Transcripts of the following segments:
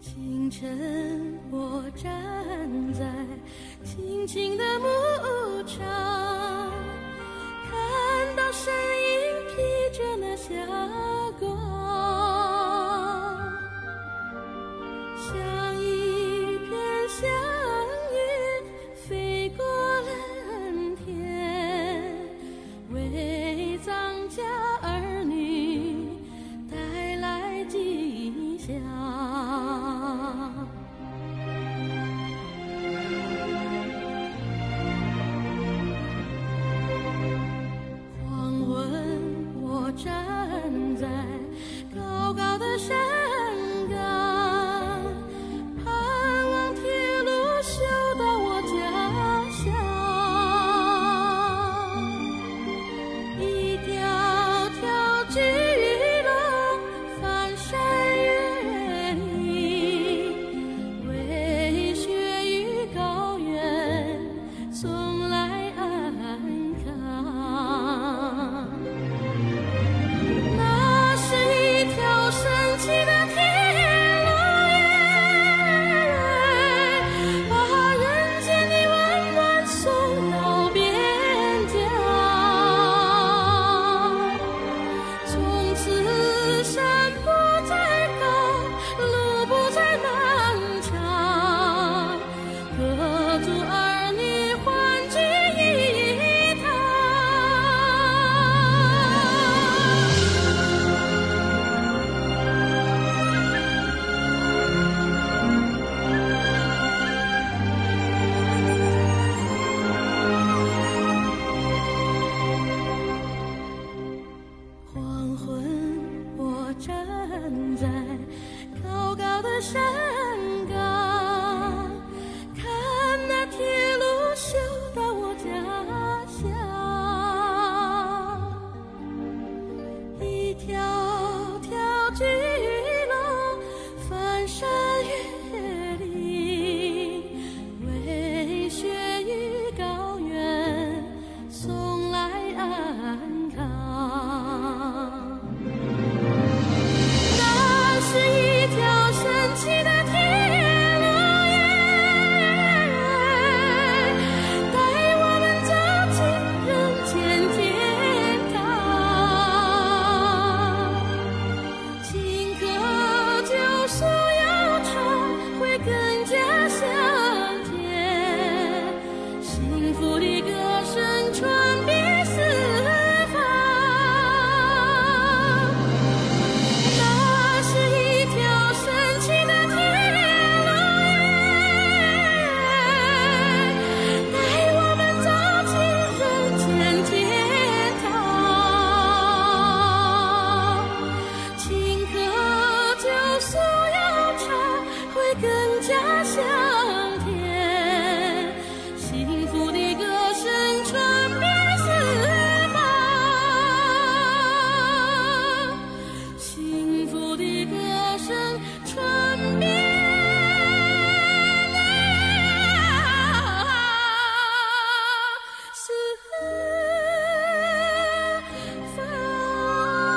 清晨，我站在清静的牧场，看到身影披着那霞光，像一片祥云飞过蓝天，为藏家儿女带来吉祥。黄昏，我站在高高的山岗，盼望铁路修到我家乡。一条条巨龙翻山越岭，为雪域高原送来安康。那是一条神奇的铁路儿，把人间的温暖送到边疆。从此山不再高，路不再漫长，各族儿女欢聚一堂。黄昏，我站在高高的山岗，看那铁路修到我家乡。一条条巨龙翻山越岭，为雪域高原送来安康。那是一条神奇的铁路带我们走进人间天堂。情歌旧俗谣传会更加香甜，幸福的歌声传遍四方。那是一条神奇的铁路带我们走进人间天堂。情歌就诉谣传会更加香甜，幸福的歌声传遍四方。幸福的歌声传遍四方。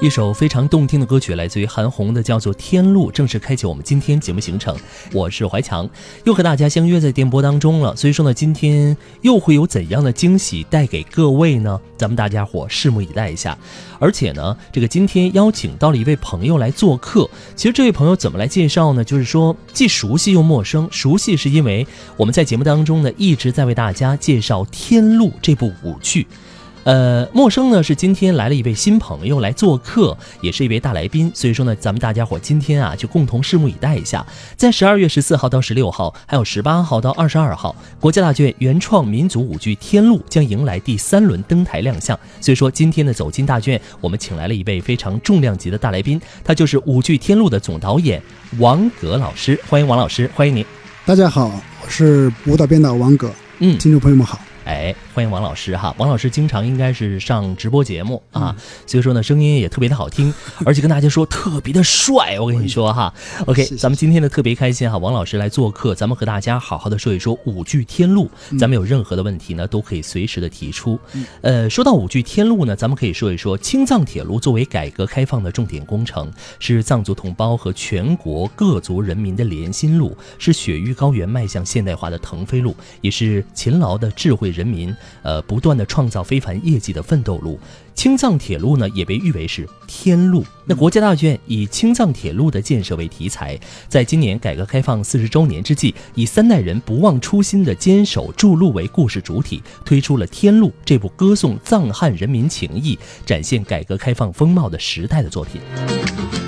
一首非常动听的歌曲，来自于韩红的，叫做《天路》，正式开启我们今天节目行程。我是怀强，又和大家相约在电波当中了。所以说呢，今天又会有怎样的惊喜带给各位呢？咱们大家伙拭目以待一下。而且呢，这个今天邀请到了一位朋友来做客。其实这位朋友怎么来介绍呢？就是说既熟悉又陌生。熟悉是因为我们在节目当中呢一直在为大家介绍《天路》这部舞剧。呃，陌生呢是今天来了一位新朋友来做客，也是一位大来宾，所以说呢，咱们大家伙今天啊就共同拭目以待一下，在十二月十四号到十六号，还有十八号到二十二号，国家大剧院原创民族舞剧《天路》将迎来第三轮登台亮相。所以说，今天的走进大剧院，我们请来了一位非常重量级的大来宾，他就是舞剧《天路》的总导演王葛老师，欢迎王老师，欢迎您。大家好，我是舞蹈编导王葛，嗯，听众朋友们好。哎，欢迎王老师哈！王老师经常应该是上直播节目啊，嗯所以说呢，声音也特别的好 听，而且跟大家说特别的帅。我跟你说哈，OK，嗯谢谢咱们今天呢特别开心哈，王老师来做客，咱们和大家好好的说一说舞剧《天路》，嗯咱们有任何的问题呢都可以随时的提出。呃，说到舞剧《天路》呢，咱们可以说一说青藏铁路作为改革开放的重点工程，是藏族同胞和全国各族人民的连心路，是雪域高原迈向现代化的腾飞路，也是勤劳的智慧人民呃不断的创造非凡业绩的奋斗路。青藏铁路呢，也被誉为是天路。那国家大剧院以青藏铁路的建设为题材，在今年改革开放四十周年之际，以三代人不忘初心的坚守筑路为故事主体，推出了《天路》这部歌颂藏汉人民情谊、展现改革开放风貌的时代的作品。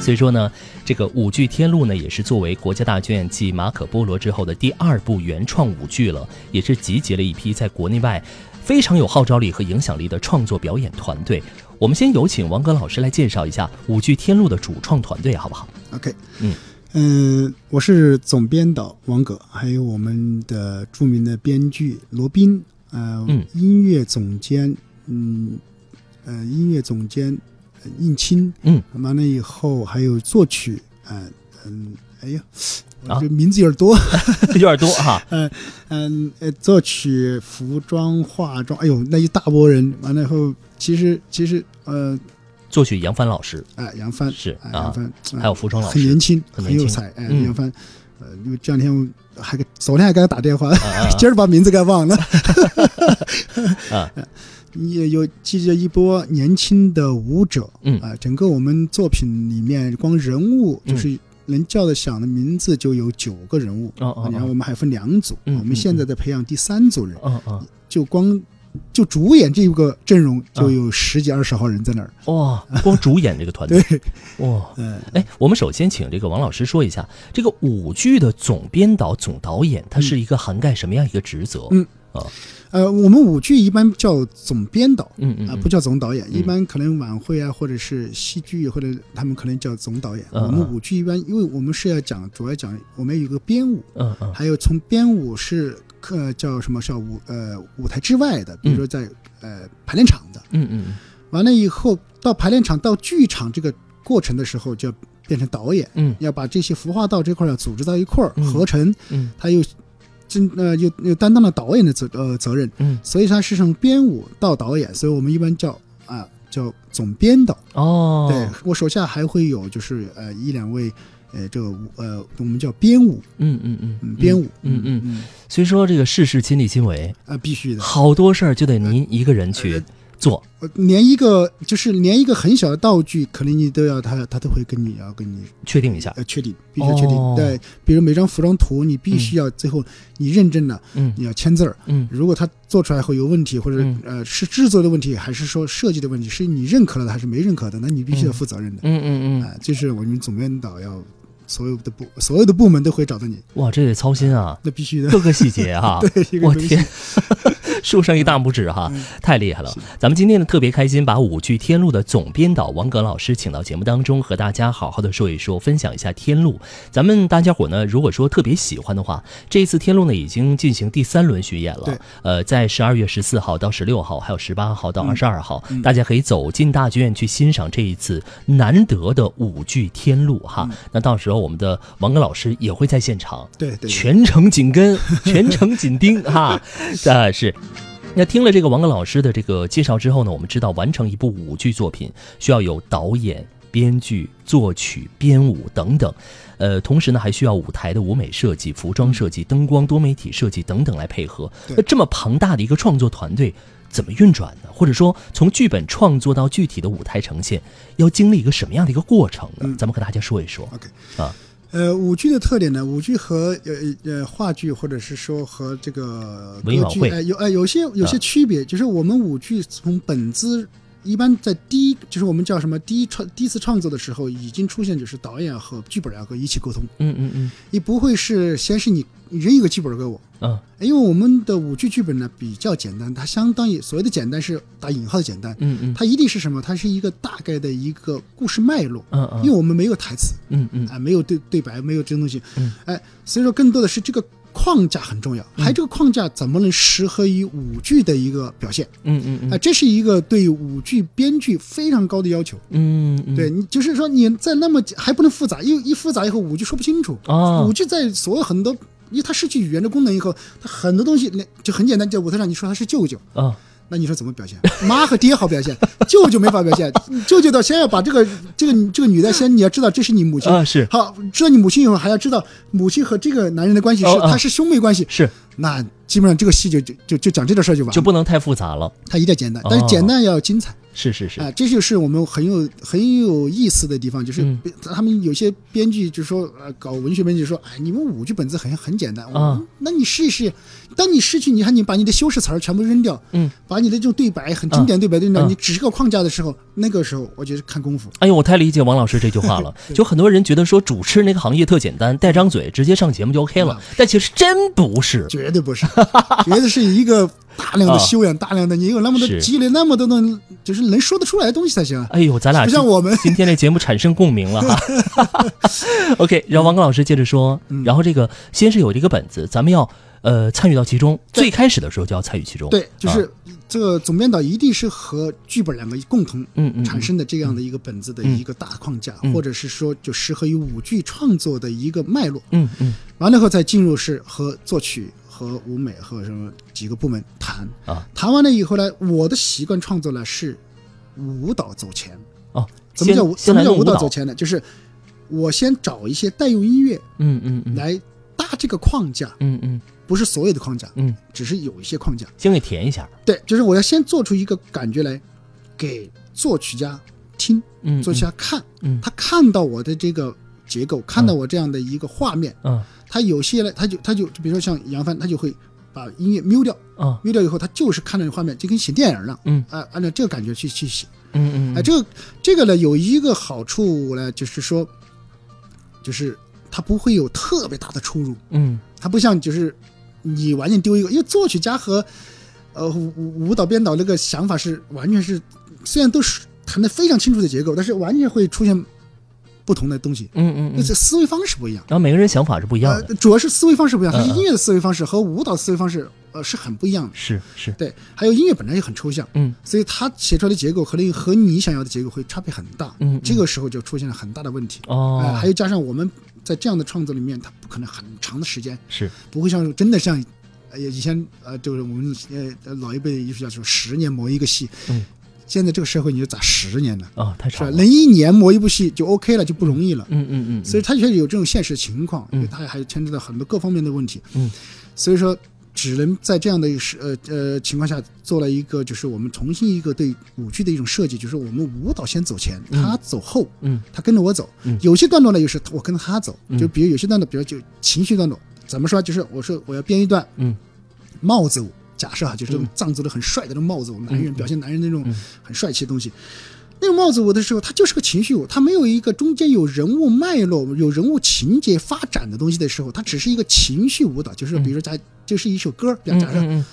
所以说呢，这个舞剧《天路》呢，也是作为国家大剧院继《马可波罗》之后的第二部原创舞剧了，也是集结了一批在国内外非常有号召力和影响力的创作表演团队。我们先有请王格老师来介绍一下舞剧《天路》的主创团队，好不好？ OK，嗯嗯、我是总编导王葛，还有我们的著名的编剧罗宾，呃，嗯音乐总监，嗯，呃，音乐总监、呃、应钦，嗯，完了以后还有作曲，呃，嗯、哎呀，啊我这名字有点多， 有点多啊哈，嗯，呃，作曲、服装、化妆，哎呦，那一大波人，完了以后，其实其实，呃，作曲杨帆老师哎、杨帆，是哎、啊杨，帆，哎还有服装老很年师，轻，很很年轻有才，哎，嗯杨帆，呃，因为这两天我还给昨天还给他打电话，啊啊 今儿把名字给忘 了。呃啊，也有记着一波年轻的舞者，嗯啊、整个我们作品里面光人物就是能叫得响的名字就有九个人物，啊哦哦然哦后我们还分两组，嗯我嗯们现在在培养第三组人，哦哦就光就主演这个阵容啊就有十几二十号人在那儿，哇，哦光主演这个团队，哇。嗯、哎，我们首先请这个王老师说一下，这个舞剧的总编导、总导演，他是一个涵盖什么样一个职责？嗯呃，我们舞剧一般叫总编导。嗯嗯啊、嗯不叫总导演，嗯一般可能晚会啊，或者是戏剧，或者他们可能叫总导演。嗯我嗯们舞剧一般，因为我们是要讲，主要讲我们有一个编舞，嗯嗯还有从编舞是呃叫什么叫舞呃舞台之外的，比如说在、呃排练场的，嗯嗯完了以后到排练场到剧场这个过程的时候，就要变成导演，嗯要把这些服化道这块儿要组织到一块儿、嗯合成，嗯他又真呃又又担当了导演的责呃责任，嗯，所以他是从编舞到导演，所以我们一般叫啊、叫总编导。哦，对我手下还会有就是呃一两位。呃，这个舞呃，我们叫编舞，嗯嗯嗯嗯，编舞，嗯嗯嗯，嗯，所以说这个事事亲力亲为，啊，必须的，好多事儿就得您一个人去做。呃连一个就是连一个很小的道具，可能你都要他他都会跟你要跟你确定一下，呃确定，必须要确定。哦对，比如每张服装图，你必须要最后你认证了，嗯你要签字儿。嗯如果他做出来后有问题，或者、嗯呃是制作的问题，还是说设计的问题，是你认可了的还是没认可的，那你必须要负责任的。嗯嗯啊、嗯，这是我们总编导要所有的部所有的部门都会找到你，哇，这得操心啊，那必须的。 各个细节啊哈。对，一个我东西嗯天， 竖上一大拇指哈，太厉害了！咱们今天呢特别开心，把舞剧《天路》的总编导王葛老师请到节目当中，和大家好好的说一说，分享一下《天路》。咱们大家伙呢，如果说特别喜欢的话，这一次《天路》呢已经进行第三轮巡演了对，呃，在十二月十四号到十六号，还有十八号到二十二号，嗯大家可以走进大剧院去欣赏这一次难得的舞剧《天路》哈。嗯那到时候我们的王葛老师也会在现场。对对对，全程紧跟， 全程紧盯哈，啊是。那听了这个王刚老师的这个介绍之后呢，我们知道完成一部舞剧作品需要有导演、编剧、作曲、编舞等等，呃，同时呢还需要舞台的舞美设计、服装设计、灯光、多媒体设计等等来配合。对那这么庞大的一个创作团队怎么运转呢？或者说从剧本创作到具体的舞台呈现，要经历一个什么样的一个过程呢？嗯咱们和大家说一说。 OK 啊，呃，舞剧的特点呢，舞剧和呃呃话剧，或者是说和这个文艺歌晚剧，会哎、有哎、有些有些啊区别，就是我们舞剧从本资。一般在第一，就是我们叫什么第一创第一次创作的时候，已经出现就是导演和剧本两个一起沟通，嗯嗯嗯你不会是先是你你扔一个剧本给我，嗯因为我们的舞剧剧本呢比较简单，它相当于所谓的简单是打引号的简单，嗯嗯，它一定是什么？它是一个大概的一个故事脉络，嗯因为嗯我们没有台词，嗯嗯啊，没有对对白，没有这些东西嗯，哎，所以说更多的是这个框架很重要，还有这个框架怎么能适合于舞剧的一个表现？嗯嗯啊，这是一个对舞剧编剧非常高的要求。嗯嗯，对你，就是说你在那么还不能复杂，因为一复杂以后舞剧说不清楚，啊舞，剧在所有很多。因为它失去语言的功能以后，它很多东西连就很简单，在舞台上你说他是舅舅，啊那你说怎么表现？妈和爹好表现，舅舅没法表现。舅舅的先要把这个这个这个女的先你要知道这是你母亲，啊是好，知道你母亲以后，还要知道母亲和这个男人的关系是哦啊他是兄妹关系，是，那基本上这个戏就就就就讲这个事儿就完就了。不能太复杂了，它一定要简单，哦但是简单也要精彩是是是，啊！这就是我们很有很有意思的地方，就是嗯他们有些编剧就说，呃，搞文学编剧说，哎，你们舞剧本子很很简单，啊我那你试一试。当你失去，你看你把你的修饰词儿全部扔掉，嗯，把你的这种对白很经典对白扔掉，嗯你只是个框架的时候，那个时候我觉得看功夫，哎呦，我太理解王老师这句话 了。就很多人觉得说主持那个行业特简单，带张嘴直接上节目就 OK 了嗯，但其实真不是。绝 对不是，绝对是一个大量的修养，大量的你有那么多啊是积累，那么多东西，就是能说得出来的东西才行啊。哎呦，咱俩不像我们今天这节目产生共 鸣了 哈。OK，然后王刚老师接着说，嗯然后这个先是有这个本子，咱们要呃参与到其中，最开始的时候就要参与其中。对，就啊是这个总编导一定是和剧本两个共同嗯嗯产生的这样的一个本子的一个大框架，嗯或者是说就适合于舞剧创作的一个脉络。嗯嗯完了以后再进入是和作曲和舞美和什么几个部门谈啊，谈完了以后呢，我的习惯创作呢是舞蹈走前。哦，怎么先叫舞？先怎么来叫弄舞舞蹈走前呢？就是我先找一些代用音乐嗯嗯嗯来搭这个框架，嗯嗯不是所有的框架，嗯，只是有一些框架。先给填一下。对，就是我要先做出一个感觉来，给作曲家听，嗯，作曲家看，嗯他看到我的这个结构，看到我这样的一个画面，嗯他有些呢，他就他就就比如说像杨帆，他就会把音乐瞄掉，嗯瞄掉以后，他就是看着画面，就跟写电影一样，嗯啊，按照这个感觉去去写。嗯嗯哎，这个这个呢，有一个好处呢，就是说，就是它不会有特别大的出入，嗯它不像就是你完全丢一个，因为作曲家和呃舞舞舞蹈编导那个想法是完全是，虽然都是谈的非常清楚的结构，但是完全会出现不同的东西，嗯嗯就嗯，是思维方式不一样。然后每个人想法是不一样呃的，，主要是思维方式不一样，它是嗯嗯音乐的思维方式和舞蹈思维方式呃是很不一样的。是是，对，还有音乐本来就很抽象，嗯所以他写出来的结构和那个和你想要的结构会差别很大，嗯嗯这个时候就出现了很大的问题。哎哦还，有加上我们在这样的创作里面，它不可能很长的时间，是不会像真的像，呃，以前呃，就是我们呃老一辈的艺术家说十年磨一个戏，嗯现在这个社会你就咋十年呢？哦，太是吧？长了。能一年磨一部戏就 OK 了，就不容易了。嗯嗯嗯，所以它确实有这种现实情况，嗯因为它还牵扯到很多各方面的问题。嗯，所以说只能在这样的一个时呃呃情况下，做了一个就是我们重新一个对舞剧的一种设计，就是我们舞蹈先走前，嗯他走后，嗯他跟着我走。嗯有些段落呢，又是我跟着他走，嗯就比如有些段落，比如就情绪段落，怎么说？就是我说我要编一段嗯帽子舞。假设啊，就是这种嗯藏族的很帅的那种帽子舞，男人嗯表现男人那种嗯很帅气的东西。那种帽子舞的时候，它就是个情绪舞，它没有一个中间有人物脉络、有人物情节发展的东西的时候，它只是一个情绪舞蹈。就是比如说，假就是一首歌，比嗯如假设、嗯，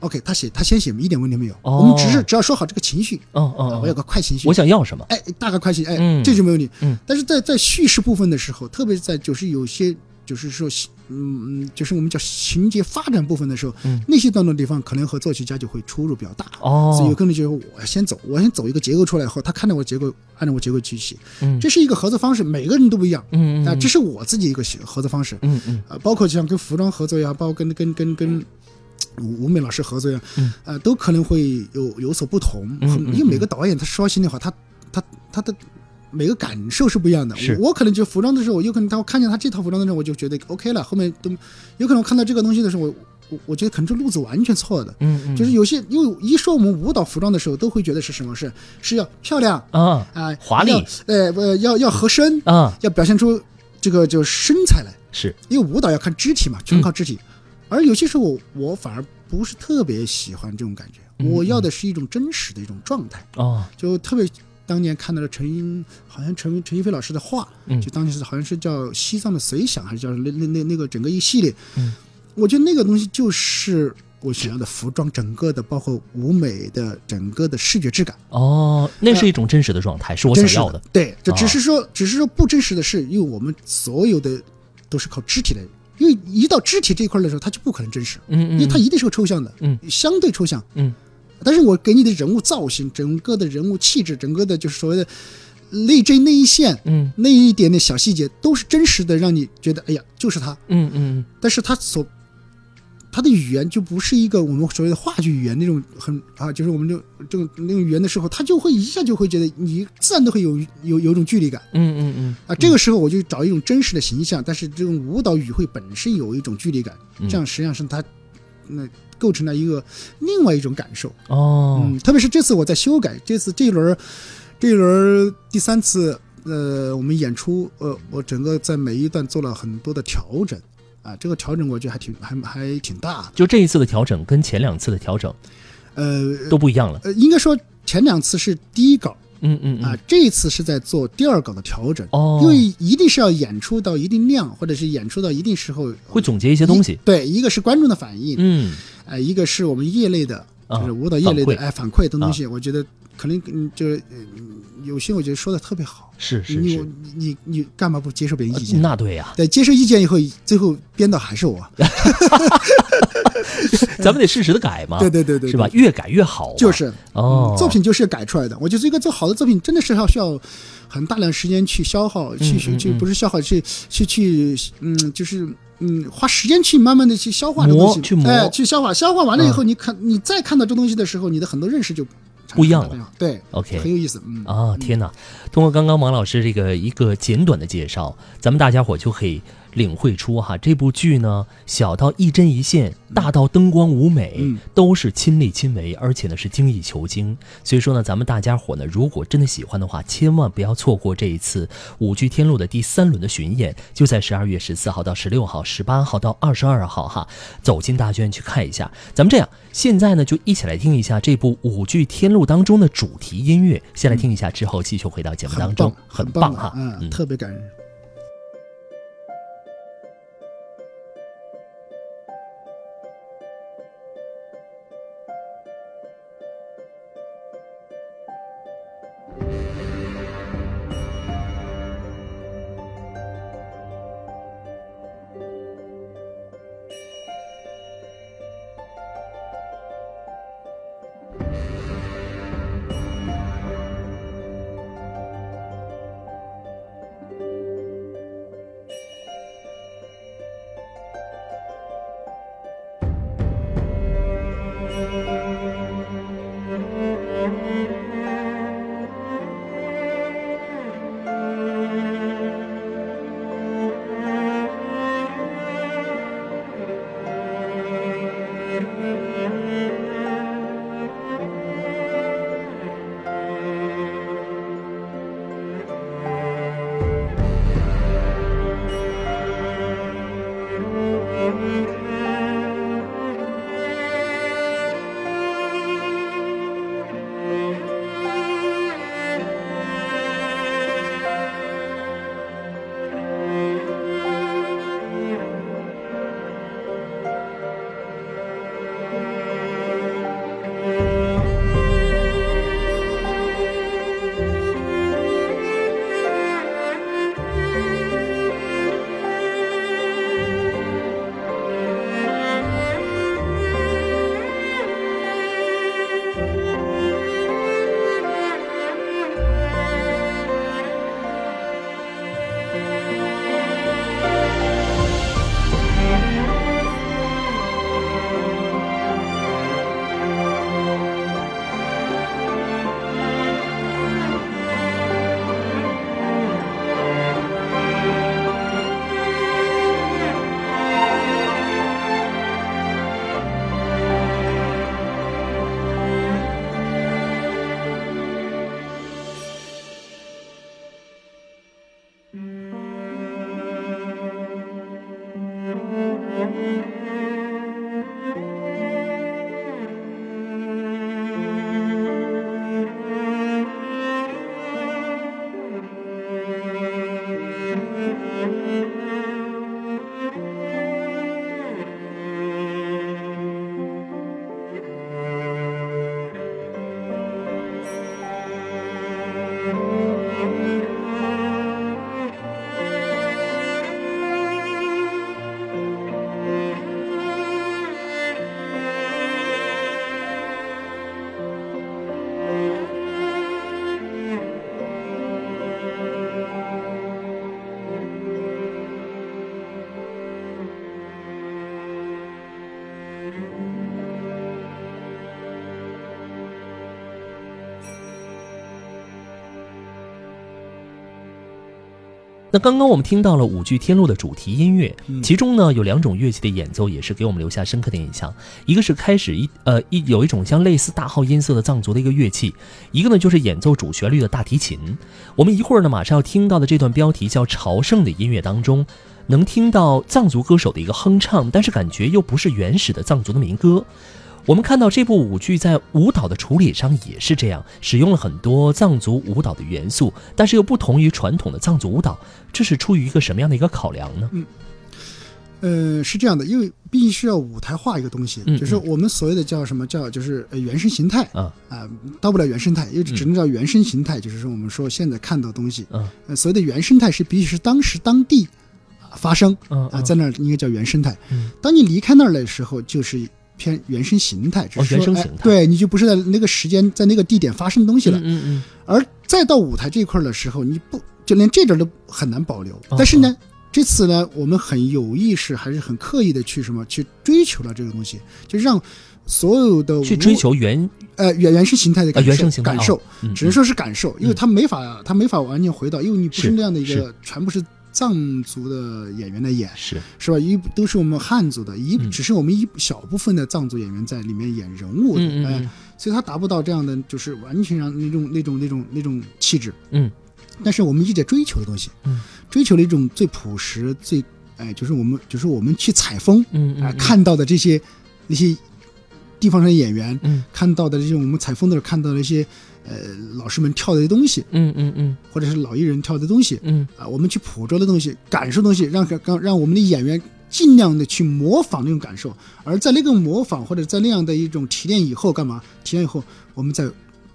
OK，他写他先写一点问题没有，哦我们只是只要说好这个情绪，哦啊我有哦，个快情绪，我想要什么？哎，大概快情，哎，嗯这就没问题。嗯但是在在叙事部分的时候，特别是在就是有些就是说，嗯，嗯，就是我们叫情节发展部分的时候，嗯那些段落地方可能和作曲家就会出入比较大。所以有哦，可能就是我要先走，我先走一个结构出来以后，他看到我结构，按照我结构去写，嗯这是一个合作方式，每个人都不一样。嗯啊，嗯这是我自己一个写合作方式，嗯嗯啊，包括像跟服装合作呀，包括跟跟跟跟吴吴美老师合作呀，嗯啊，都可能会有有所不同。嗯很嗯因为每个导演他说心里话，他他他的每个感受是不一样的是。我我可能就服装的时候，我有可能他看见他这套服装的时候，我就觉得 OK 了，后面都有可能我看到这个东西的时候，我我我觉得可能这路子完全错的。嗯嗯，就是有些，因为一说我们舞蹈服装的时候，都会觉得是什么？是是要漂亮啊啊、华丽要，呃，不要要合身，啊要表现出这个就身材来，是嗯因为舞蹈要看肢体嘛，全靠肢体。而有些时候我我反而不是特别喜欢这种感觉，嗯我要的是一种真实的一种状态。哦，就特别当年看到了陈英，好像陈陈一飞老师的画，嗯就当时好像是叫《西藏的随想》还是叫那那那那个整个一系列，嗯我觉得那个东西就是我想要的服装，整个的包括舞美的整个的视觉质感，哦，那是一种真实的状态，是我真想实要的的。，对，这啊只是说、只是说不真实的是，因为我们所有的都是靠肢体来。因为一到肢体这一块儿的时候，它就不可能真实，嗯因为它嗯一定是个抽象的，嗯，相对抽象，嗯，但是我给你的人物造型、整个的人物气质、整个的就是所谓的内针那一线嗯那一点点小细节，都是真实的，让你觉得哎呀，就是他。嗯嗯但是他所他的语言就不是一个我们所谓的话剧语言那种很啊，就是我们这种这种那种语言的时候，他就会一下就会觉得你自然都会有有有一种距离感嗯嗯嗯啊。这个时候我就找一种真实的形象，但是这种舞蹈语汇本身有一种距离感，嗯这样实际上是它那构成了一个另外一种感受。哦，嗯，特别是这次我在修改，这次这一轮儿，这一轮儿第三次，呃，我们演出，呃，我整个在每一段做了很多的调整，啊，这个调整我觉得还挺还还挺大的，就这一次的调整跟前两次的调整呃都不一样了。呃，应该说前两次是第一稿嗯嗯啊嗯，，这一次是在做第二稿的调整，哦因为一定是要演出到一定量，或者是演出到一定时候会总结一一些东西。对，一个是观众的反应，嗯呃，一个是我们业内的，啊就是舞蹈业内的反馈啊哎反馈等东西，我觉得可能嗯就是嗯有些我觉得说的特别好，是是你是我，你你你干嘛不接受别人呃意见？那啊对呀，对，接受意见以后，最后编导还是我，咱们得适时的改嘛，对对对对，是吧？？越改越好嘛，就是哦嗯，作品就是要改出来的。我觉得一个做好的作品，真的是要需要很大量时间去消耗，去去去嗯嗯不是消耗，去去去嗯，就是嗯，花时间去慢慢的去消化这个磨东西，去磨嗯哎，去消化，消化完了以后，你看你再看到这东西的时候，你的很多认识就产生不一样了大变化，对 OK 很有意思，嗯啊，天哪！通过刚刚王老师这个一个简短的介绍，咱们大家伙就可以领会出哈，这部剧呢，小到一针一线，大到灯光舞美，嗯都是亲力亲为，而且呢是精益求精。所以说呢，咱们大家伙呢，如果真的喜欢的话，千万不要错过这一次舞剧《天路》的第三轮的巡演，就在十二月十四号到十六号、十八号到二十二号哈，走进大剧院去看一下。咱们这样，现在呢就一起来听一下这部舞剧《天路》当中的主题音乐，先来听一下，之后继续回到节目当很中棒，，很棒哈，啊嗯，特别感人。天路那刚刚我们听到了五句《天路》的主题音乐，嗯其中呢有两种乐器的演奏也是给我们留下深刻的印象，一个是开始一呃一有一种像类似大号音色的藏族的一个乐器，一个呢就是演奏主旋律的大提琴。我们一会儿呢马上要听到的这段标题叫《朝圣》的音乐当中，能听到藏族歌手的一个哼唱，但是感觉又不是原始的藏族的民歌。我们看到这部舞剧在舞蹈的处理上也是这样，使用了很多藏族舞蹈的元素，但是又不同于传统的藏族舞蹈，这是出于一个什么样的一个考量呢？嗯呃，是这样的，因为毕竟是要舞台化一个东西，嗯就是我们所谓的叫什么叫就是呃原生形态啊啊、到不了原生态，因为只能叫原生形态，就是说我们说现在看到的东西，嗯呃，所谓的原生态是必须是当时当地啊发生嗯啊，在那儿应该叫原生态。嗯当你离开那儿的时候，就是偏原生形态，只哦是原说生哎形态对你就不是在那个时间在那个地点发生的东西了。嗯嗯而再到舞台这块儿的时候，你不就连这点儿都很难保留。啊但是呢，这次呢，我们很有意识，还是很刻意的去什么去追求了这个东西，就让所有的嗯，去舞追求原呃原原生形态的感呃受、原生形态感受，嗯只能说是感受，因为他没法他没法完全回到，因为你不是是那样的一是个全部是藏族的演员来演，是是吧？一都是我们汉族的，一嗯只是我们一小部分的藏族演员在里面演人物的，嗯嗯哎嗯，所以他达不到这样的，就是完全上那种那种那种那种气质。嗯，但是我们一直在追求的东西，嗯，追求了一种最朴实、最哎，就是我们就是我们去采风嗯啊、嗯看到的这些那些地方上的演员，嗯看到的这些我们采风的时候看到的一些呃老师们跳的东西，嗯嗯嗯或者是老艺人跳的东西，嗯啊，我们去捕捉的东西、感受的东西，让让让我们的演员尽量的去模仿那种感受，而在那个模仿或者在那样的一种提炼以后，干嘛？提炼以后，我们再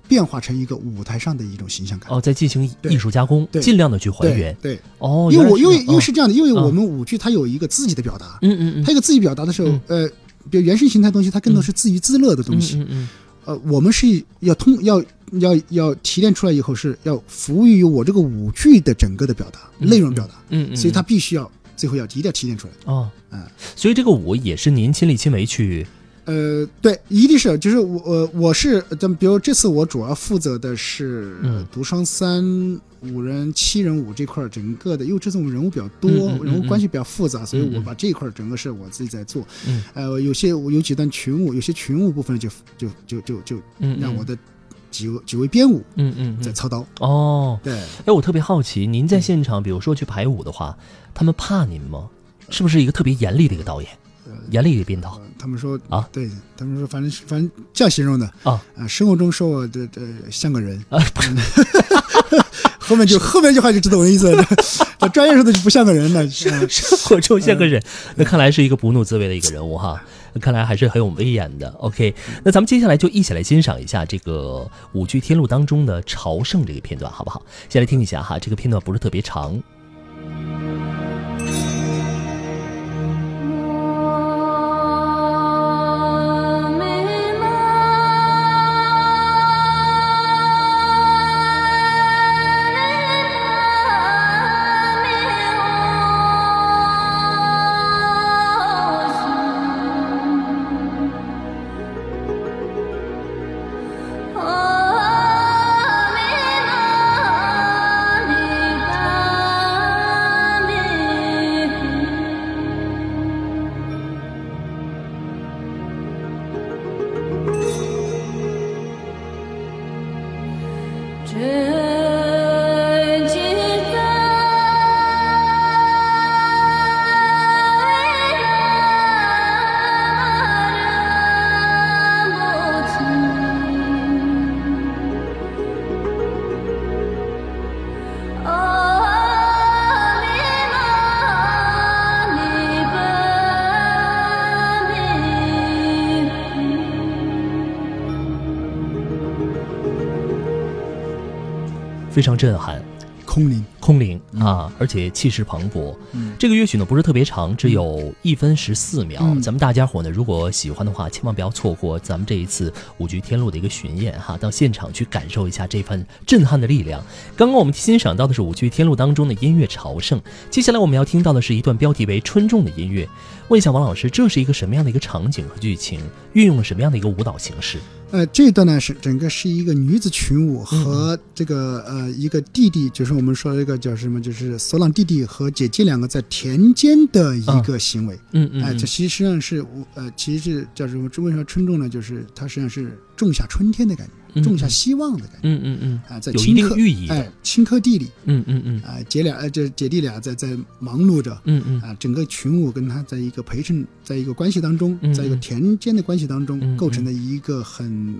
变化成一个舞台上的一种形象感。哦，在进行对艺术加工，对尽量的去还对原对，哦，因为原来我因这为样因为是这样的，因为嗯我们舞剧它有一个自己的表达，嗯嗯嗯，它有一个自己表达的时候嗯，呃，比如原生形态的东西，它更多是自娱自乐的东西。嗯嗯呃，我们是要通要要要提炼出来以后，是要服务于我这个舞剧的整个的表达、内容表达。嗯嗯，所以它嗯必须要最后要一定要提炼出来。哦嗯，所以这个舞也是您亲力亲为去呃，对，一定是就是我呃我是，咱们比如这次我主要负责的是嗯独双三五人七人舞这块儿整个的，因为这次我们人物比较多，嗯嗯嗯人物关系比较复杂，所以嗯我嗯把这一块儿整个是我自己在做。嗯呃，有些我有几段群舞，有些群舞部分就就就就就嗯嗯让我的几位几位编舞嗯嗯嗯在操刀。哦，对，哎，我特别好奇，您在现场，比如说去排舞的话，他们怕您吗？是不是一个特别严厉的一个导演，严厉的一个编导呃？他们说啊，对他们说，反正是反正这样形容的啊生活中说我这这像个人， 后面就后面一句话就知道我的意思了， 这专业说的就不像个人了。啊生活中像个人，那看来是一个不怒自威的一个人物哈，看来还是很有威严的。OK，那咱们接下来就一起来欣赏一下这个舞剧《天路》当中的朝圣这个片段，好不好？先来听一下哈，这个片段不是特别长，真知道，为那么情，哦，你妈你把你。非常震撼。 空灵，空灵啊，而且气势磅礴。这个乐曲呢不是特别长，只有一分十四秒。嗯咱们大家伙呢，如果喜欢的话，千万不要错过咱们这一次五局天路的一个巡演哈，到现场去感受一下这份震撼的力量。刚刚我们欣赏到的是五局天路当中的音乐朝圣，接下来我们要听到的是一段标题为《春种》的音乐。问一下王老师，这是一个什么样的一个场景和剧情？运用了什么样的一个舞蹈形式？呃，这段呢是整个是一个女子群嗯舞和这个、呃一个弟弟，就是我们说这个叫什么，就是索朗弟弟和姐姐两个在田间的一个行为。嗯哎、嗯，这其实实际上是我呃，其实是叫什么？为什么春种呢？就是它实际上是种下春天的感觉，嗯种下希望的感觉。嗯嗯嗯，啊、在有一青定稞寓意的哎、青稞地里嗯嗯嗯啊、姐俩呃这姐弟俩在在忙碌着。嗯嗯啊，整个群舞跟他在一个陪衬，在一个关系当中，嗯在一个嗯田间的关系当中，嗯构成的一个很，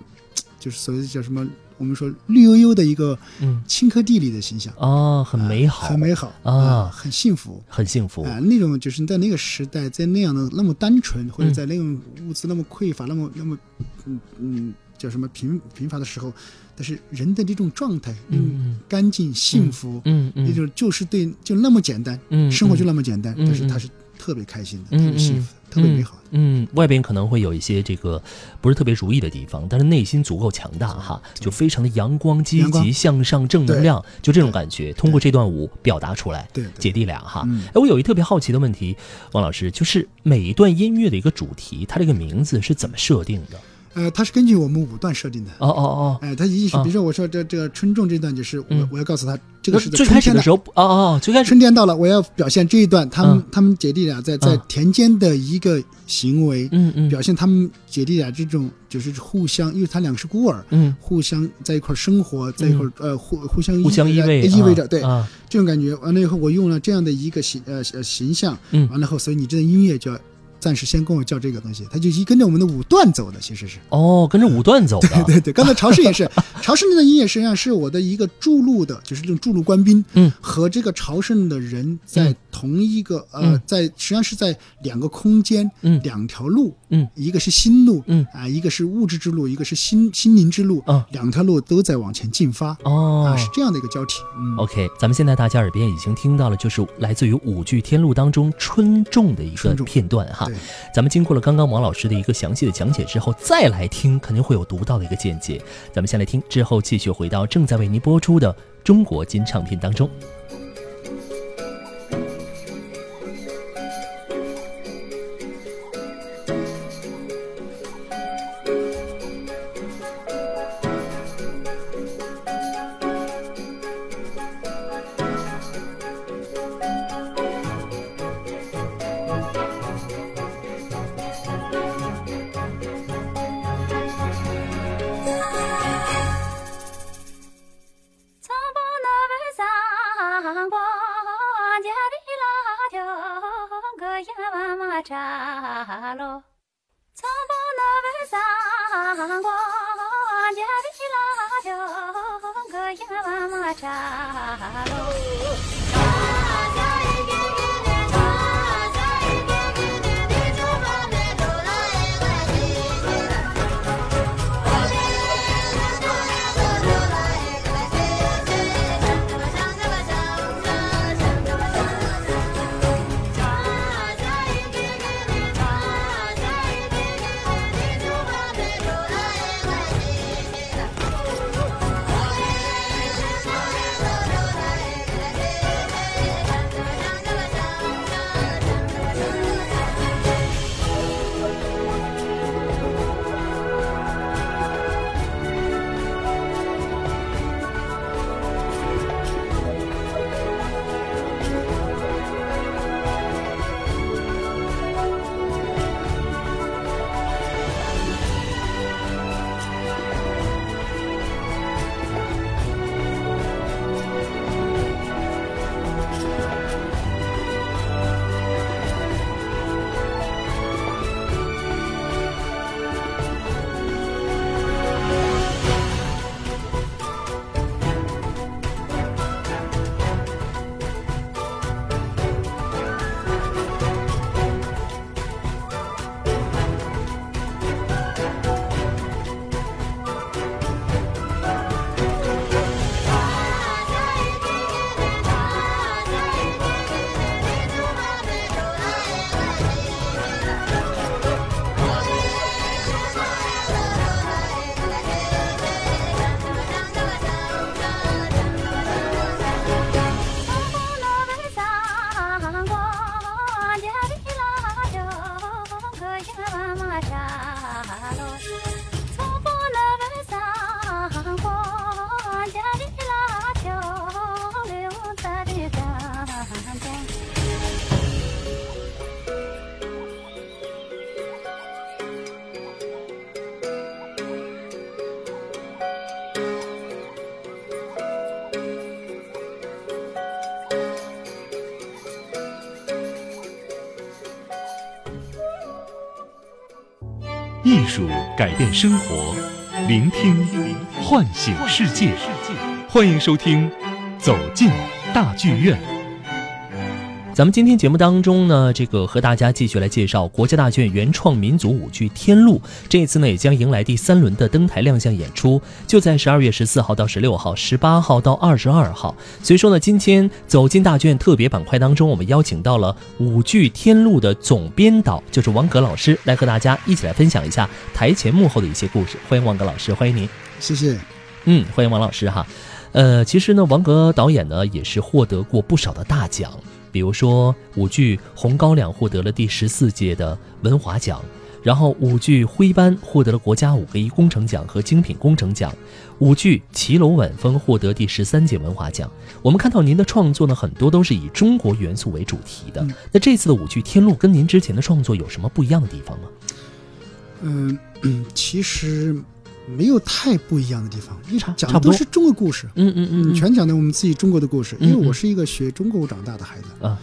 就是所谓的叫什么，我们说绿油油的一个嗯，青稞地里的形象，哦，很美好，很美好啊哦很幸福。很幸福，啊，那种就是在那个时代，在那样的那么单纯，或者嗯在那种物资那么匮乏、那么那么，嗯嗯，叫什么贫贫乏的时候，但是人的这种状态，嗯嗯，干净、幸福，嗯那嗯种就是对，就那么简单，嗯，生活就嗯那么简单，嗯但是嗯他是特别开心的，嗯特别幸福的，特别美好的。嗯，外边可能会有一些这个不是特别如意的地方，但是内心足够强大哈，就非常的阳光、积嗯阳极光向上、正能量，就这种感觉，通过这段舞表达出来。对对姐弟俩哈，嗯哎，我有一特别好奇的问题，王老师，就是每一段音乐的一个主题，它这个名字是怎么设定的？呃，它是根据我们五段设定的。哦哦哦，哎，它一定是，啊比如说我说这这个春种这段，就是我、嗯我要告诉他，这个是在最开春始天的时候，哦哦，最开始春天到了，我要表现这一段，他们、嗯他们姐弟俩在在嗯田间的一个行为，嗯嗯表现他们姐弟俩这种就是互相，因为他俩是孤儿，嗯，互相在一块儿生活，在一块儿、呃互互相互相依依偎，依偎啊着，对、啊，这种感觉。完了以后，我用了这样的一个形呃呃形象，嗯完了后，所以你这段音乐就要暂时先跟我叫这个东西，它就一跟着我们的舞段走的，其实是。 哦，跟着舞段走的，对对，刚才潮湿也是， 潮湿那段音乐实际上是我的一个筑路的，就是这种筑路官兵，嗯，和这个朝圣的人在嗯同一个、嗯呃，在实际上是在两个空间，嗯两条路，嗯，一个是心路，嗯啊、一个是物质之路，一个是心心灵之路，啊两条路都在往前进发，哦啊，，是这样的一个交替，嗯， OK，咱们现在大家耳边已经听到了，就是来自于舞剧《天路》当中春种的一个春种片段哈对。咱们经过了刚刚王老师的一个详细的讲解之后，再来听肯定会有独到的一个见解。咱们先来听，之后继续回到正在为您播出的中国金唱片当中。从不那位上过家的老舅，个呀妈妈扎喽。从不那位上过家的老舅，个呀妈妈扎喽。 Thank you. 艺术改变生活，聆听唤醒世界。欢迎收听《走进大剧院》。咱们今天节目当中呢，这个和大家继续来介绍国家大剧院原创民族舞剧《天路》。这一次呢，也将迎来第三轮的登台亮相演出，就在十二月十四号到十六号、十八号到二十二号。所以说呢，今天走进大剧院特别板块当中，我们邀请到了舞剧《天路》的总编导，就是王格老师，来和大家一起来分享一下台前幕后的一些故事。欢迎王格老师，欢迎您。谢谢。嗯，欢迎王老师哈。呃，其实呢，王格导演呢也是获得过不少的大奖，比如说舞剧《红高粱》获得了第十四届的文华奖，然后舞剧《徽班》获得了国家五个一工程奖和精品工程奖，舞剧《骑楼晚风》获得第十三届文华奖。我们看到您的创作呢，很多都是以中国元素为主题的。嗯那这次的舞剧《天路》跟您之前的创作有什么不一样的地方吗？嗯， 嗯其实没有太不一样的地方，因为差讲差的不多都是中国故事，嗯嗯嗯，嗯全讲的我们自己中国的故事。嗯因嗯为我是一个学中国舞长大的孩子，啊，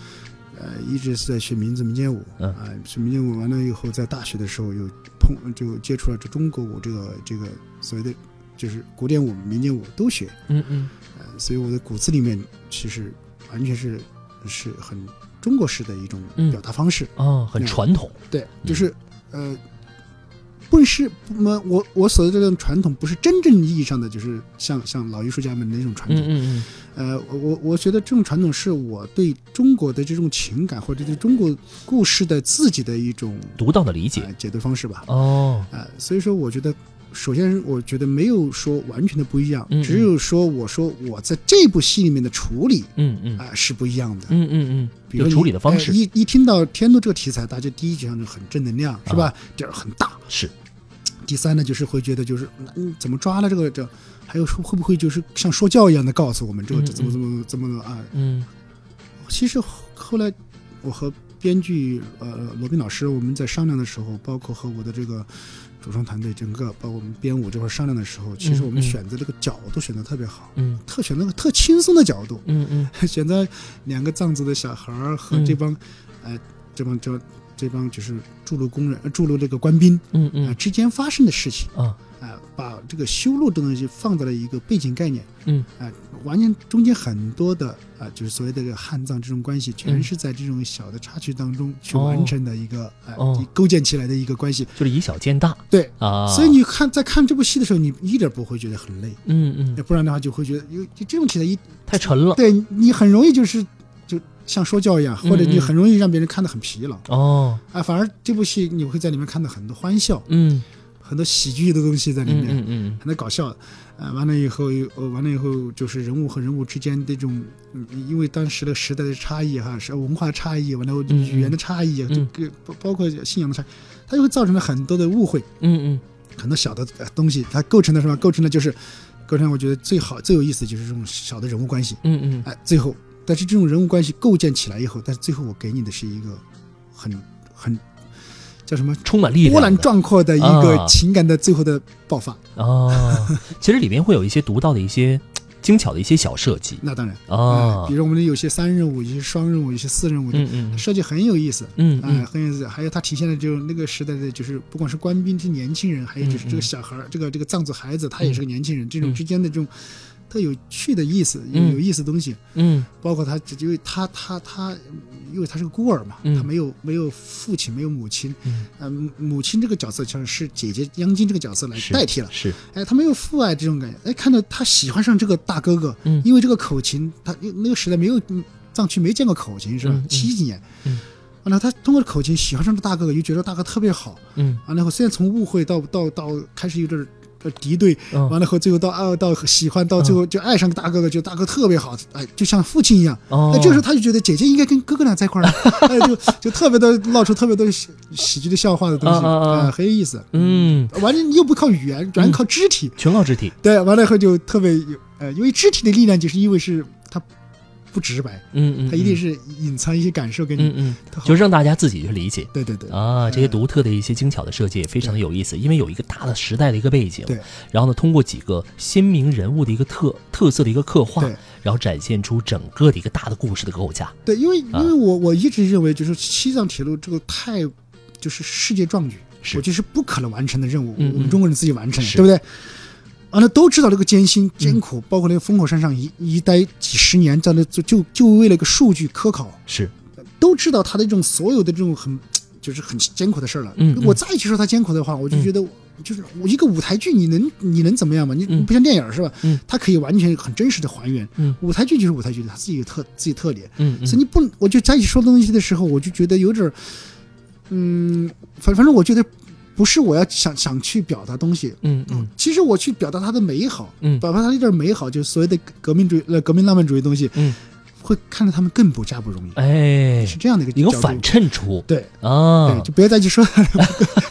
呃，一直是在学民族民间舞，嗯啊，学民间舞完了以后，在大学的时候又碰就接触了这中国舞这个这个所谓的就是古典舞、民间舞都学，嗯嗯呃，所以我的骨子里面其实完全是是很中国式的一种嗯表达方式，哦，很传统，对，嗯就是呃。不是，我我我所谓的这种传统，不是真正意义上的，就是像像老艺术家们的那种传统嗯，嗯呃，我我我觉得这种传统是我对中国的这种情感或者对中国故事的自己的一种嗯，独到的理解呃、解读方式吧。哦，呃，所以说我觉得，首先我觉得没有说完全的不一样，嗯嗯只有说我说我在这部戏里面的处理嗯嗯啊、呃是不一样的。嗯嗯比嗯，有如处你理的方呃式、一一听到天都这个题材，大家第一就想就很正能量，是吧？第二很大，啊是，第三呢，就是会觉得就是嗯，怎么抓了这个这，还有说会不会就是像说教一样的告诉我们这个嗯这怎么嗯怎么怎么啊？嗯其实后后来我和编剧呃罗宾老师我们在商量的时候，包括和我的这个主创团队整个，包括我们编舞这块儿商量的时候，其实我嗯们选择这个角度选的特别好，嗯特选了个特轻松的角度，嗯嗯选择两个藏族的小孩儿和嗯这帮、呃这帮这这帮就是筑路工人、呃筑路这个官兵嗯啊、呃嗯之间发生的事情。啊啊，把这个修路的东西放到了一个背景概念，嗯，啊，完全中间很多的啊，就是所谓的这个汉藏这种关系，全嗯是在这种小的插曲当中去哦完成的一个啊哦一构建起来的一个关系。就是以小见大对，啊，所以你看在看这部戏的时候，你一点不会觉得很累，嗯嗯不然的话就会觉得有就这种题材一太沉了对你很容易就是就像说教一样，或者嗯嗯你很容易让别人看得很疲劳哦，啊。反而这部戏你会在里面看到很多欢笑，嗯很多喜剧的东西在里嗯面。嗯嗯很搞笑的，呃，完了以后，呃，完了以后就是人物和人物之间这种，嗯因为当时的时代的差异哈，是文化差异，完了嗯语言的差异，啊嗯这个包包括信仰的差异，它就会造成了很多的误会，嗯很多小的呃东西，它构成的什么？构成的就是，构成我觉得最好最有意思就是这种小的人物关系，嗯嗯哎、最后，但是这种人物关系构建起来以后，但是最后我给你的是一个很很叫什么？充满力量，波澜壮阔的一个啊情感的最后的爆发，啊，其实里面会有一些独到的一些精巧的一些小设计那当然。啊哎比，如我们有些三任务，有些双任务，有些四任务，嗯嗯设计很有意思，嗯哎，嗯很有意思。还有它体现的就是那个时代的，就是不管是官兵是年轻人，还有就是嗯这嗯个小孩儿，这个这个藏族孩子，他也是个年轻人，这种嗯之间的这种特有趣的意思，有嗯有意思的东西。嗯包括他，因为他他他，因为他是个孤儿嘛，嗯他没有没有父亲，没有母亲，嗯，呃，母母亲这个角色像是姐姐央金这个角色来是代替了。是哎，他没有父爱这种感觉。哎，看到他喜欢上这个大哥哥，嗯因为这个口琴，他因为那个时代没有嗯藏区没见过口琴是吧？嗯嗯七几年，嗯，完了他通过口琴喜欢上这大哥哥，又觉得大哥特别好，嗯完了后虽然从误会到到到开始有点儿呃敌对，嗯完了后最后到啊到喜欢，到最后就爱上大哥哥，觉得大哥特别好，哎，就像父亲一样。哦那，这时候他就觉得姐姐应该跟哥哥俩在 一块儿啊，哎，就就特别的闹出特别多喜喜剧的笑话的东西，啊啊啊哎很有意思。嗯完了，你又不靠语言，全靠肢体。全靠肢体，对，完了以后就特别有呃，因为肢体的力量，就是因为是它不直白，嗯嗯，它一定是隐藏一些感受给嗯你。嗯，特好就是让大家自己去理解。对对对，啊，这些呃独特的一些精巧的设计也非常的有意思，因为有一个大的时代的一个背景，对，然后呢，通过几个鲜明人物的一个特特色的一个刻画对，然后展现出整个的一个大的故事的构架。对，因为因啊为我我一直认为就是西藏铁路这个太就是世界壮举，是我觉得是不可能完成的任务，嗯嗯我们中国人自己完成的，是嗯对不对？啊，那都知道这个艰辛、艰苦，包括那个风口山上一一待几十年，在那就就就为了一个数据科考，是，都知道他的这种所有的这种很就是很艰苦的事儿了。嗯嗯我再去说他艰苦的话，我就觉得我就是我一个舞台剧，你能你能怎么样嘛？你嗯你不像电影儿是吧？嗯它可以完全很真实的还原。嗯舞台剧就是舞台剧的，它自己有特自己特点。嗯所以你不，我就在一起说东西的时候，我就觉得有点儿，嗯，反反正我觉得不是我要想想去表达东西。嗯嗯其实我去表达它的美好，嗯表达它一点美好，就是所谓的革命主义、呃革命浪漫主义东西，嗯，会看着他们更不加不容易，哎，是这样的一个一个角度反衬出对，啊对，，就不要再去说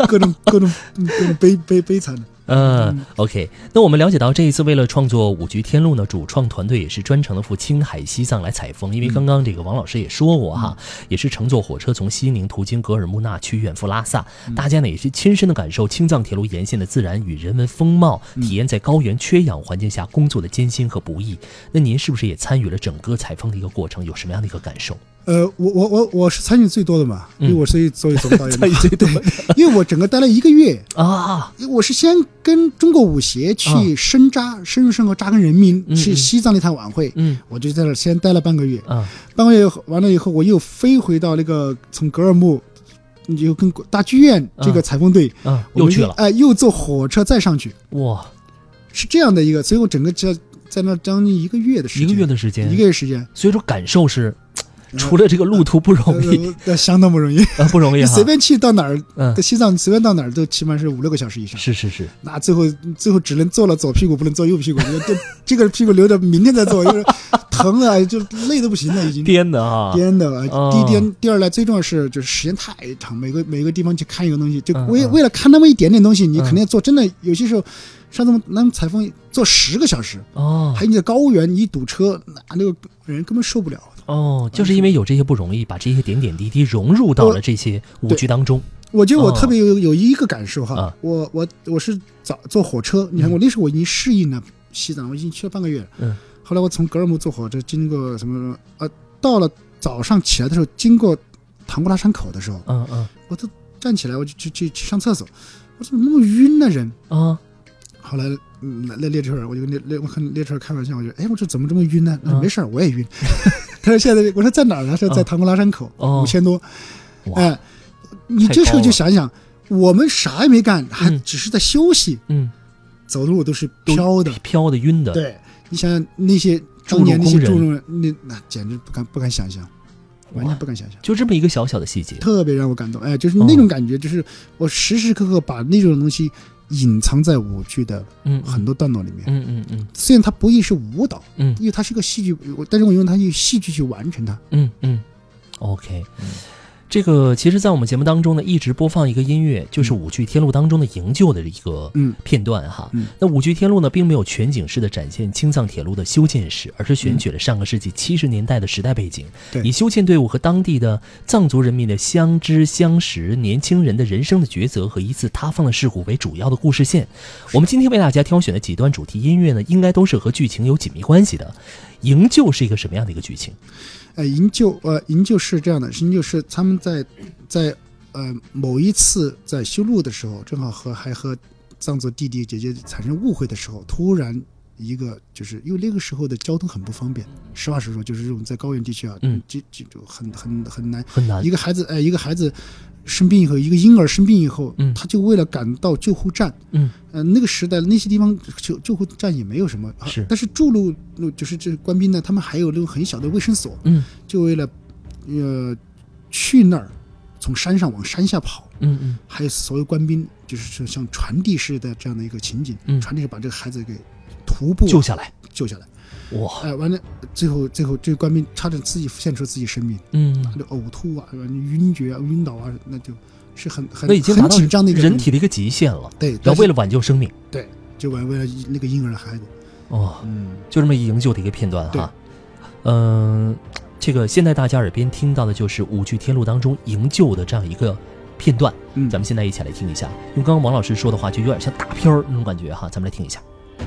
各种各种各种悲悲悲惨的。嗯，OK。那我们了解到，这一次为了创作《五局天路》呢，主创团队也是专程的赴青海、西藏来采风，因为刚刚这个王老师也说过哈，也是乘坐火车从西宁途经格尔木纳区远赴拉萨，大家呢也是亲身的感受青藏铁路沿线的自然与人文风貌，体验在高原缺氧环境下工作的艰辛和不易。那您是不是也参与了整个采风的一个过程？有什么样的一个感受？呃，我我我我是参与最多的嘛，因为我是作为总导演嘛，嗯 参与最多的因为我整个待了一个月，啊，因为我是先跟中国舞协去啊深扎、深入生活扎根人民，嗯去嗯西藏那趟晚会，嗯我就在那儿先待了半个月，啊，半个月完了以后，我又飞回到那个从格尔木。又跟国大剧院这个啊采风队，啊，我们又去了哎、又坐火车再上去，哇，是这样的一个，所以我整个在在那儿将近一个月的时一间，个月的时间，一个月时间，所以说感受是，呃除了这个路途不容易，呃呃相当不容易。 呃，不容易你哈。随便去到哪儿，嗯在，西藏随便到哪儿都起码 是五六个小时以上。是是是，那最后最后只能做了左屁股，不能做右屁股，这这个屁股留着明天再做，因为疼啊，就累的不行了，已经颠的哈。颠的啊。哦第一颠，第二来最重要是就是时间太长，每个每个地方去看一个东西，就嗯为嗯为了看那么一点点东西，你嗯肯定要做。真的有些时候，上次我们咱们采风做十个小时，哦还有你在高原，你一堵车，那那个人根本受不了。哦，就是因为有这些不容易，把这些点点滴滴融入到了这些舞剧当中。我觉得我哦特别有有一个感受哈，啊我我我是早坐火车，你嗯看我那时候我已经适应了西藏，我已经去了半个月了。嗯，后来我从格尔木坐火车经过什么什么，呃，到了早上起来的时候，经过唐古拉山口的时候，嗯嗯我都站起来，我就去去去上厕所，我怎么那么晕呢人？啊后来，嗯，那那列车人，我就跟列列我看列车人开玩笑，我就哎，我说怎么这么晕呢？他嗯说没事儿，我也晕。 他说现在我说在哪儿呢？他说嗯在唐古拉山口，哦五千多。哇哎，你太这时候高就了想想，我们啥也没干，还嗯只是在休息，嗯，走路都是都飘的。飘的晕的。对，你想想那些筑当年路那些工人注重人，那那简直不敢不敢想象，哇，完全不敢想象。就这么一个小小的细节。特别让我感动，哎，就是哦那种感觉，就是我时时刻刻把那种东西隐藏在舞剧的嗯，很多段落里面。嗯嗯嗯虽然它不一是舞蹈，嗯因为它是个戏剧，我但是我用它一个戏剧去完成它。嗯嗯，OK。这个其实，在我们节目当中呢，一直播放一个音乐，就是舞剧《天路》当中的营救的一个嗯片段哈。嗯那五局天路呢，并没有全景式的展现青藏铁路的修建史，而是选取了上个世纪七十年代的时代背景，对以修建队伍和当地的藏族人民的相知相识、年轻人的人生的抉择和一次塌方的事故为主要的故事线。我们今天为大家挑选的几段主题音乐呢，应该都是和剧情有紧密关系的。营救是一个什么样的一个剧情？呃，营救呃，营救是这样的，营救是他们在在呃某一次在修路的时候，正好和还和藏族弟弟姐姐产生误会的时候，突然一个就是因为那个时候的交通很不方便，实话实说，就是这种在高原地区啊，嗯，啊这这就很很很难。很难一个孩子，哎、一个孩子生病以后，一个婴儿生病以后，嗯他就为了赶到救护站，嗯，呃，那个时代那些地方救救护站也没有什么，啊是但是筑路路就是这官兵呢，他们还有那种很小的卫生所，嗯就为了，呃，去那儿，从山上往山下跑，嗯嗯还有所有官兵就是像传递式的这样的一个情景，嗯传递式把这个孩子给徒步救下来，救下来，哇，哎、完了最后最后这个官兵差点自己献出自己生命，嗯，就呕吐啊，晕厥啊，晕倒啊，那就是很很那已经达很到紧张的一个人东西体的一个极限了，对，然但后是为了挽救生命，对，就为为了那个婴儿的孩子，哦。嗯，就这么一营救的一个片段哈。嗯、这个现在大家耳边听到的就是《五句天路》当中营救的这样一个片段，嗯咱们现在一起来听一下。用刚刚王老师说的话，就有点像大片儿那种感觉哈，咱们来听一下。啊！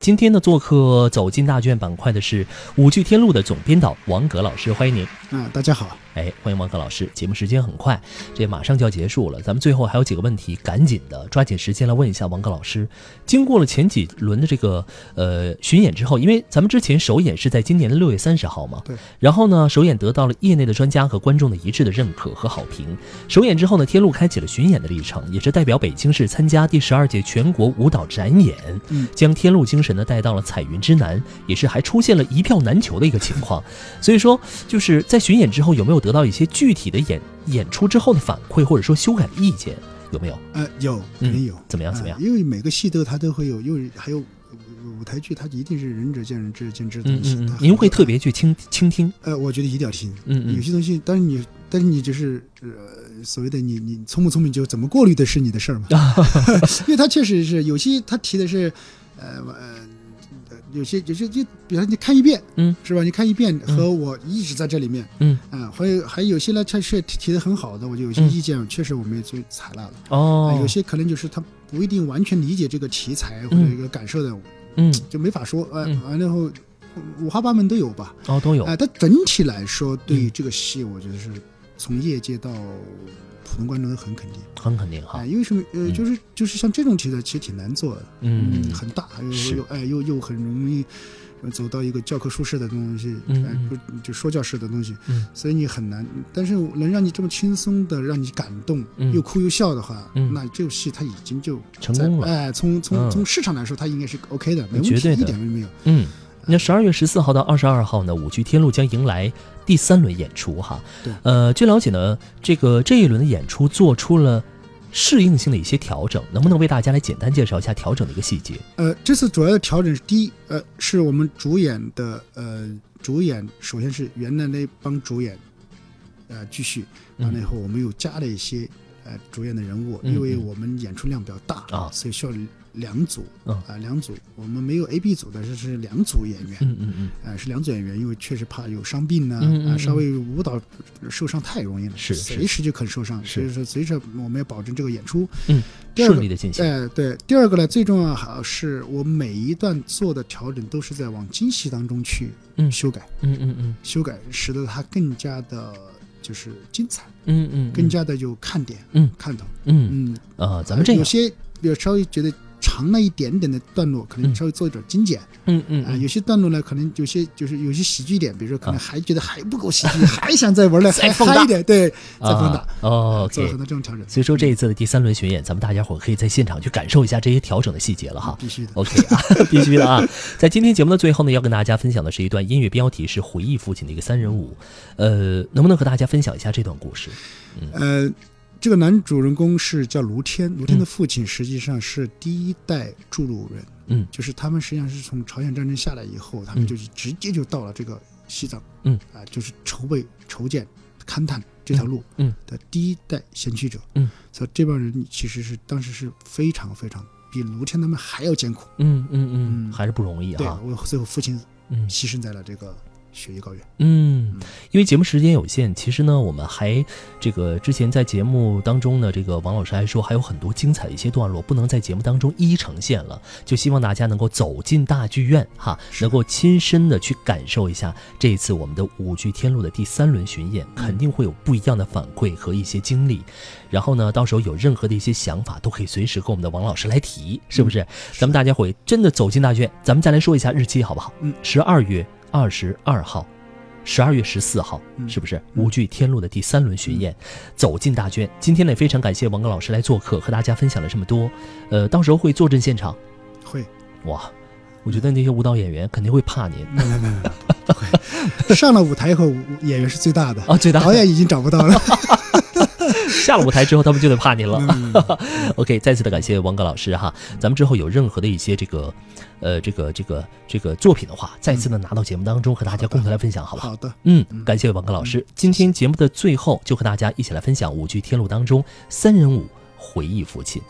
今天呢，做客走进大剧院板块的是舞剧《天路》的总编导王格老师，欢迎您。啊，大家好，哎，欢迎王格老师。节目时间很快，这马上就要结束了，咱们最后还有几个问题，赶紧的抓紧时间来问一下王格老师。经过了前几轮的这个呃巡演之后，因为咱们之前首演是在今年的六月三十号嘛，对。然后呢，首演得到了业内的专家和观众的一致的认可和好评。首演之后呢，天路开启了巡演的历程，也是代表北京市参加第十二届全国舞蹈展演，嗯将天路精神呢带到了彩云之南，也是还出现了一票难求的一个情况。所以说，就是在巡演之后，有没有得到一些具体的演演出之后的反馈，或者说修改的意见，有没有？呃，有嗯肯定有，怎么样？怎么样啊？因为每个戏都它都会有，因为还有呃舞舞台剧，它一定是仁者见仁，智者见智嗯的东西。嗯它嗯很，您多会特别去倾倾听，呃，我觉得一定要听。嗯有嗯些东西，但是你，但是你就是呃，所谓的你你聪不聪明，就怎么过滤的是你的事儿 嘛。 因为他确实是有些他提的是，呃呃，有些有些就比方你看一遍，嗯，是吧？你看一遍嗯和我一直在这里面，嗯啊，还有还有些呢，他是提的很好的，我就有些嗯意见确实我们也就采纳了。啊哦，有些可能就是他不一定完全理解这个题材或者嗯一个感受的，嗯就没法说。呃，嗯完了后呃五花八门都有吧。哦都有哎、但整体来说，对于嗯这个戏，我觉得是从业界到普通观众都很肯定。很肯定哎、哈，因为什么？呃，嗯就是就是像这种题材，其实挺难做的，嗯很大，是又又哎又又很容易。呃走到一个教科书式的东西，嗯哎嗯不就说教式的东西，嗯所以你很难。但是能让你这么轻松的让你感动，嗯又哭又笑的话，嗯那这个戏它已经就成功了，在哎，从从嗯从市场来说，它应该是 OK 的，没问题，绝对的一点问题没有。嗯。那十二月十四号到二十二号呢，舞剧《天路》将迎来第三轮演出哈。对呃，据了解呢，这个这一轮的演出做出了适应性的一些调整，能不能为大家来简单介绍一下调整的一个细节？呃，这次主要的调整是第一，呃，是我们主演的呃主演，首先是原来那帮主演，呃，继续完了以后，我们又加了一些呃主演的人物，嗯因为嗯我们演出量比较大啊所以需要两组嗯啊、两组，我们没有 A、B 组的，这是两组演员。嗯嗯嗯，呃，是两组演员，因为确实怕有伤病呢、啊，嗯嗯嗯稍微舞蹈受伤太容易了，是是随时就可能受伤，是所以说随着我们要保证这个演出，嗯，第二顺个利，的进行。哎、对，第二个呢，最重要还是我每一段做的调整都是在往精细当中去嗯修改，嗯嗯嗯修改使得它更加的就是精彩，嗯嗯，更加的有看点，嗯，看头，嗯嗯，啊，咱们这有样，些有稍微觉得长了一点点的段落，可能嗯稍微做一点精简。嗯嗯啊、嗯有些段落呢，可能有些就是有些喜剧点，比如说可能还觉得还不够喜剧， 还想再玩的再还放大嗨一点，对，再放大啊，哦做，OK 了很。多这种调整，所以说这一次的第三轮巡演，咱们大家伙儿可以在现场去感受一下这些调整的细节了哈。必须的。 OK 啊， 必须的啊！在今天节目的最后呢，要跟大家分享的是一段音乐标题是“回忆父亲”的一个三人舞，呃，能不能和大家分享一下这段故事？呃，这个男主人公是叫卢天，卢天的父亲实际上是第一代筑路人，嗯就是他们实际上是从朝鲜战争下来以后，他嗯们就是直接就到了这个西藏，嗯，啊、就是筹备、筹建、勘探这条路，嗯嗯的第一代先驱者，嗯，所以这帮人其实是当时是非常非常比卢天他们还要艰苦，嗯嗯嗯，嗯还是不容易对哈。我最后父亲嗯牺牲在了这个雪域高原，嗯，因为节目时间有限，其实呢，我们还这个之前在节目当中呢，这个王老师还说还有很多精彩的一些段落不能在节目当中一一呈现了，就希望大家能够走进大剧院哈，能够亲身的去感受一下这一次我们的舞剧《天路》的第三轮巡演，肯定会有不一样的反馈和一些经历。然后呢，到时候有任何的一些想法，都可以随时跟我们的王老师来提，是不是？咱们大家伙真的走进大剧院，咱们再来说一下日期好不好？嗯十二月二十二号。十二月十四号，嗯是不是嗯舞剧《天路》的第三轮巡演，走进大圈？今天呢，也非常感谢王刚老师来做客，和大家分享了这么多。呃，到时候会坐镇现场，会。哇，我觉得那些舞蹈演员肯定会怕您没没没没，不会。上了舞台以后，演员是最大的啊，最大导演已经找不到了。下了舞台之后，他们就得怕您了。嗯 OK，再次的感谢王刚老师哈，咱们之后有任何的一些这个，呃，这个这个这个作品的话，再次的拿到节目当中和大家共同来分享，好不好？好的，嗯，感谢王刚老师。今天节目的最后，就和大家一起来分享舞剧《天路》当中三人舞回忆父亲。